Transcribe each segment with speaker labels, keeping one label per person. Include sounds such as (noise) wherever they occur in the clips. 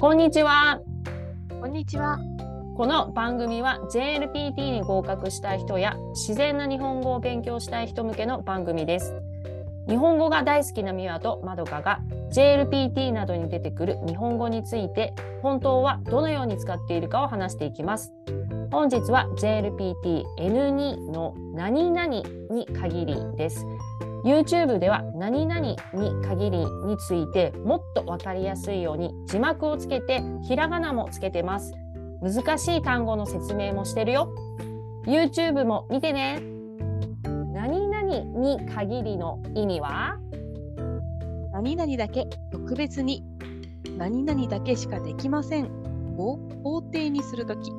Speaker 1: こんにちは。
Speaker 2: こんにちは。
Speaker 1: この番組は JLPT に合格したい人や自然な日本語を勉強したい人向けの番組です。日本語が大好きなミワとまどかが JLPT などに出てくる日本語について本当はどのように使っているかを話していきます。本日は JLPTN2 の何々に限りです。YouTube では何々に限りについてもっとわかりやすいように字幕をつけてひらがなもつけてます。難しい単語の説明もしてるよ。YouTube も見てね。何々に限りの意味は
Speaker 2: 何々だけ特別に。何々だけしかできません。を肯定にするとき。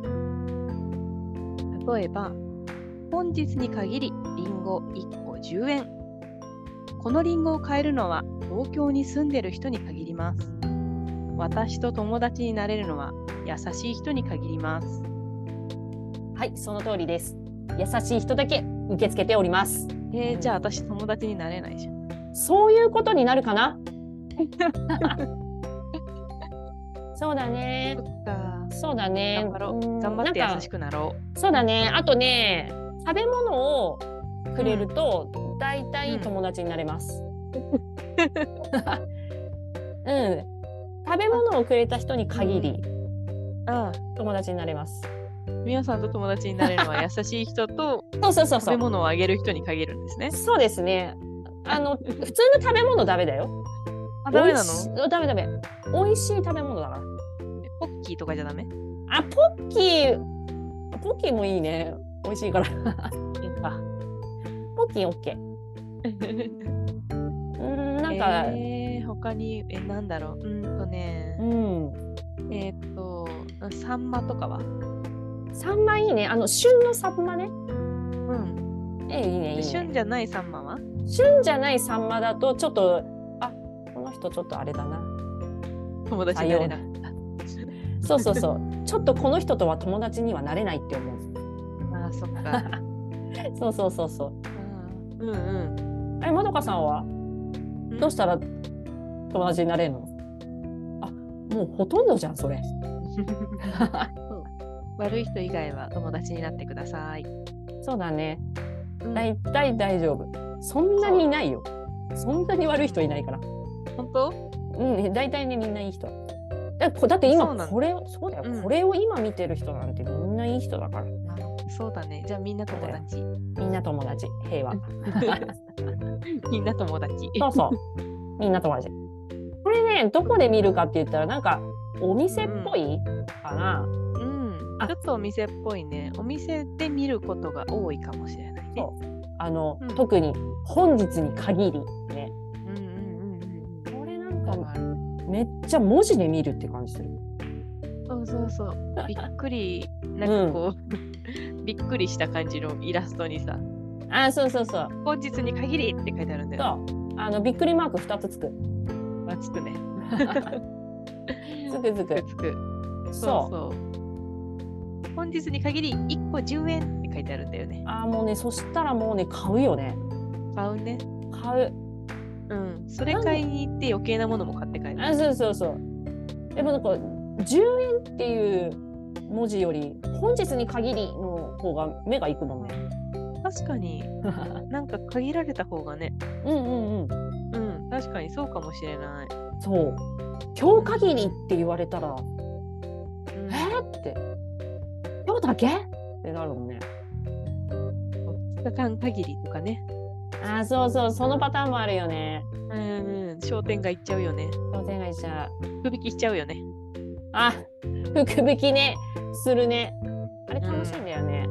Speaker 2: 例えば、本日に限りリンゴ1個10円。このリンゴを買えるのは東京に住んでる人に限ります。私と友達になれるのは優しい人に限ります。
Speaker 1: はい、その通りです。優しい人だけ受け付けております。
Speaker 2: えー、じゃあ私友達になれないじゃん。
Speaker 1: そういうことになるか
Speaker 2: (laughs)
Speaker 1: なそうだね
Speaker 2: そ。っか。
Speaker 1: そうだね。
Speaker 2: 頑張ろ
Speaker 1: うん
Speaker 2: う。頑張って
Speaker 1: なんか
Speaker 2: 優しくなろ
Speaker 1: そうだね。あとね、食べ物をくれると、だいたい友達になれ
Speaker 2: (laughs)
Speaker 1: ます。うん、食べ物をくれた人に限り、
Speaker 2: う。ああ、
Speaker 1: 友達になれます。
Speaker 2: みやさんと友達になれるのは優しい人と
Speaker 1: そうそうそう
Speaker 2: 食
Speaker 1: そ
Speaker 2: べ
Speaker 1: う。
Speaker 2: 物をあげる人に限るんですね。
Speaker 1: そうですね。あ
Speaker 2: (laughs)
Speaker 1: の普通の食べ物ダメだよ。
Speaker 2: あ、ダメな
Speaker 1: 美
Speaker 2: の
Speaker 1: 味しいダメダメ。美味しい食べ物だから。
Speaker 2: ポッキーとかじゃダメ
Speaker 1: あポッキー、ポッキーもいいね。美味し
Speaker 2: (laughs)
Speaker 1: いから。
Speaker 2: やっぱ。
Speaker 1: ポッキーオッ
Speaker 2: (laughs)
Speaker 1: ケー。うんなんか、
Speaker 2: えー、他に、え、なんだろう。うんとね、
Speaker 1: うん。
Speaker 2: えーっ、と、サンマとかは
Speaker 1: サンマいいね。あの旬のサンマね。
Speaker 2: うん。
Speaker 1: えいいねいいね。
Speaker 2: で旬じゃないサンマは
Speaker 1: 旬じゃないサンマだとちょっとあこの人ちょっとあれだな
Speaker 2: 友達になれなかった。
Speaker 1: そうそう
Speaker 2: (laughs)
Speaker 1: そうちょっとこの人とは友達にはなれないって思う
Speaker 2: あー、そっか。 (laughs)
Speaker 1: そうそうそうそう
Speaker 2: うんうん
Speaker 1: えまどかさんは
Speaker 2: うん。
Speaker 1: どうしたら友達になれるのあもうほとんどじゃんそ
Speaker 2: (laughs)
Speaker 1: れ
Speaker 2: (laughs) 悪い人以外は友達になってください。
Speaker 1: そうだね
Speaker 2: うん
Speaker 1: だいたい大丈夫そんなにいないよそんなに悪い人いないから
Speaker 2: 本当
Speaker 1: うんだいたいねみんないい人だこだって
Speaker 2: そう
Speaker 1: 今
Speaker 2: なの
Speaker 1: これをそうだよ、
Speaker 2: うん
Speaker 1: これを今見てる人なんてみんないい人だから
Speaker 2: そうだね。じゃあみんな友達。
Speaker 1: みんな友達平和
Speaker 2: (laughs) みんな友達。
Speaker 1: そうそう。みんな友達。これね、どこで見るかって言ったら、なんか、お店っぽいかな。
Speaker 2: うん、
Speaker 1: あ
Speaker 2: ちょっとお店っぽいね。お店で見ることが多いかもしれないね。
Speaker 1: あの、
Speaker 2: うん
Speaker 1: 特に、本日に限り、ね。
Speaker 2: うんうんうんうん
Speaker 1: これなん
Speaker 2: うん。
Speaker 1: か、めっちゃ文字で見るって感じする。
Speaker 2: そうそうそう。 (laughs) びっくり、なんかこう、びっくりした感じのイラストにさ、
Speaker 1: あ、そうそうそう。
Speaker 2: 本日に限りって書いてあるんだ
Speaker 1: そ
Speaker 2: よ。
Speaker 1: う。あの、びっくりマーク2つつ
Speaker 2: (laughs)
Speaker 1: く。
Speaker 2: まあ、つくね。
Speaker 1: つくつく。
Speaker 2: つく。
Speaker 1: そ
Speaker 2: そう
Speaker 1: う。
Speaker 2: そう。本日に限り1個10円って書いてあるんだよね。
Speaker 1: あ、もうね、そしたらもうね、買うよね。
Speaker 2: 買うね。
Speaker 1: 買う。
Speaker 2: うん。それ買いに行って余計なものも買って帰る。
Speaker 1: あ、そうそうそう。でもなんか、10円っていう文字より、本日に限りの方が目がいくもんね。
Speaker 2: 確かになんか限られた方がね。
Speaker 1: (laughs) うんうんうん。
Speaker 2: うん。確かにそうかもしれない。
Speaker 1: そう。今日限りって言われたら、
Speaker 2: う
Speaker 1: え
Speaker 2: ん
Speaker 1: ー、って。今日だけってなるもんね。
Speaker 2: 2日間限りとかね。
Speaker 1: ああ、そうそう、そのパターンもあるよね。
Speaker 2: うんうん。商店街行っちゃうよね。
Speaker 1: 商店街じゃ。
Speaker 2: 福引きしちゃうよね。
Speaker 1: あ、福引きね、するね。あれ楽しいんだよね。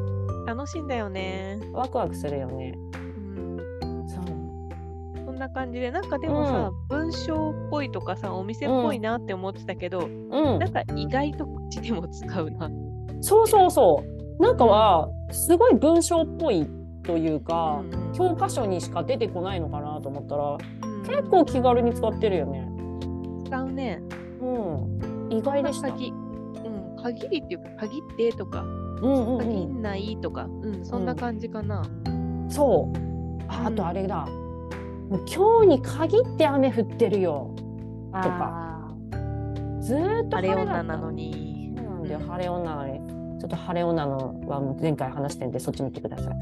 Speaker 2: 楽しいんだよね。
Speaker 1: ワクワクするよね。
Speaker 2: うん。
Speaker 1: そう。
Speaker 2: そんな感じで、なんかでもさ、文章っぽいとかさ、お店っぽいなって思ってたけど、
Speaker 1: う
Speaker 2: なんか意外と口でも使うな。
Speaker 1: ん。そうそうそう。なんかは、すごい文章っぽいというか、教科書にしか出てこないのかなと思ったら、結構気軽に使ってるよね。
Speaker 2: 使うね。
Speaker 1: うん。意外でした。
Speaker 2: 限うん、限りっていうか、限ってとか、
Speaker 1: うんうんうん
Speaker 2: 限んないとか、うん、そんな感じかな。
Speaker 1: そう。ああ
Speaker 2: うん
Speaker 1: とあれだ。もう今日に限って雨降ってるよ。
Speaker 2: と
Speaker 1: か。ずーっと
Speaker 2: 晴れ女な
Speaker 1: に
Speaker 2: のに。
Speaker 1: そうなんだよ、
Speaker 2: うん
Speaker 1: 晴れ女なのに。ちょっと晴れ女のはもう前回話してんで、そっち見てください。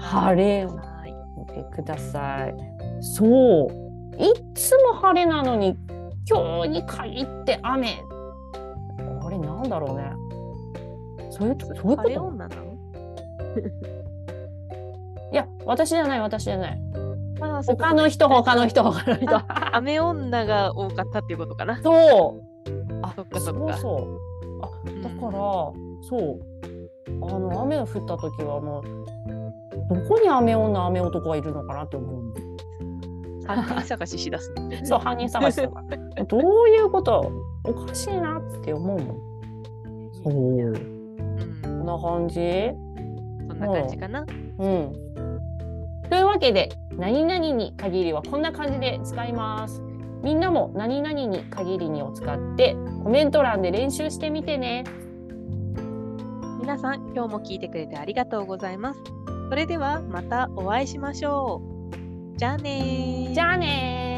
Speaker 1: 晴れ女
Speaker 2: はい。
Speaker 1: 見てください。そう。いつも晴れなのに、今日に限って雨。これなんだろうね。そういうと、そういうこ
Speaker 2: 晴れ
Speaker 1: と
Speaker 2: 女なの
Speaker 1: いや、私じゃない、私じゃない。
Speaker 2: ああ、そういうこと
Speaker 1: 他の人、他の人、他の人。
Speaker 2: 雨女が多かったっていうことかな。
Speaker 1: そう。あ、
Speaker 2: そっかそっか
Speaker 1: そうそう。だから、そうあの雨が降った時はもうどこに雨女雨男がいるのかなって思う
Speaker 2: ら、犯人探ししだす。
Speaker 1: そう犯人探しとかどういうことおかしいなって思うもんそう
Speaker 2: うん
Speaker 1: こんな感じ
Speaker 2: そんな感じかな。
Speaker 1: うんというわけで何々に限りはこんな感じで使いますみんなも何々に限りにを使ってコメント欄で練習してみてね
Speaker 2: 皆さん、今日も聞いてくれてありがとうございます。それでは、またお会いしましょう。じゃあねー。
Speaker 1: じゃあねー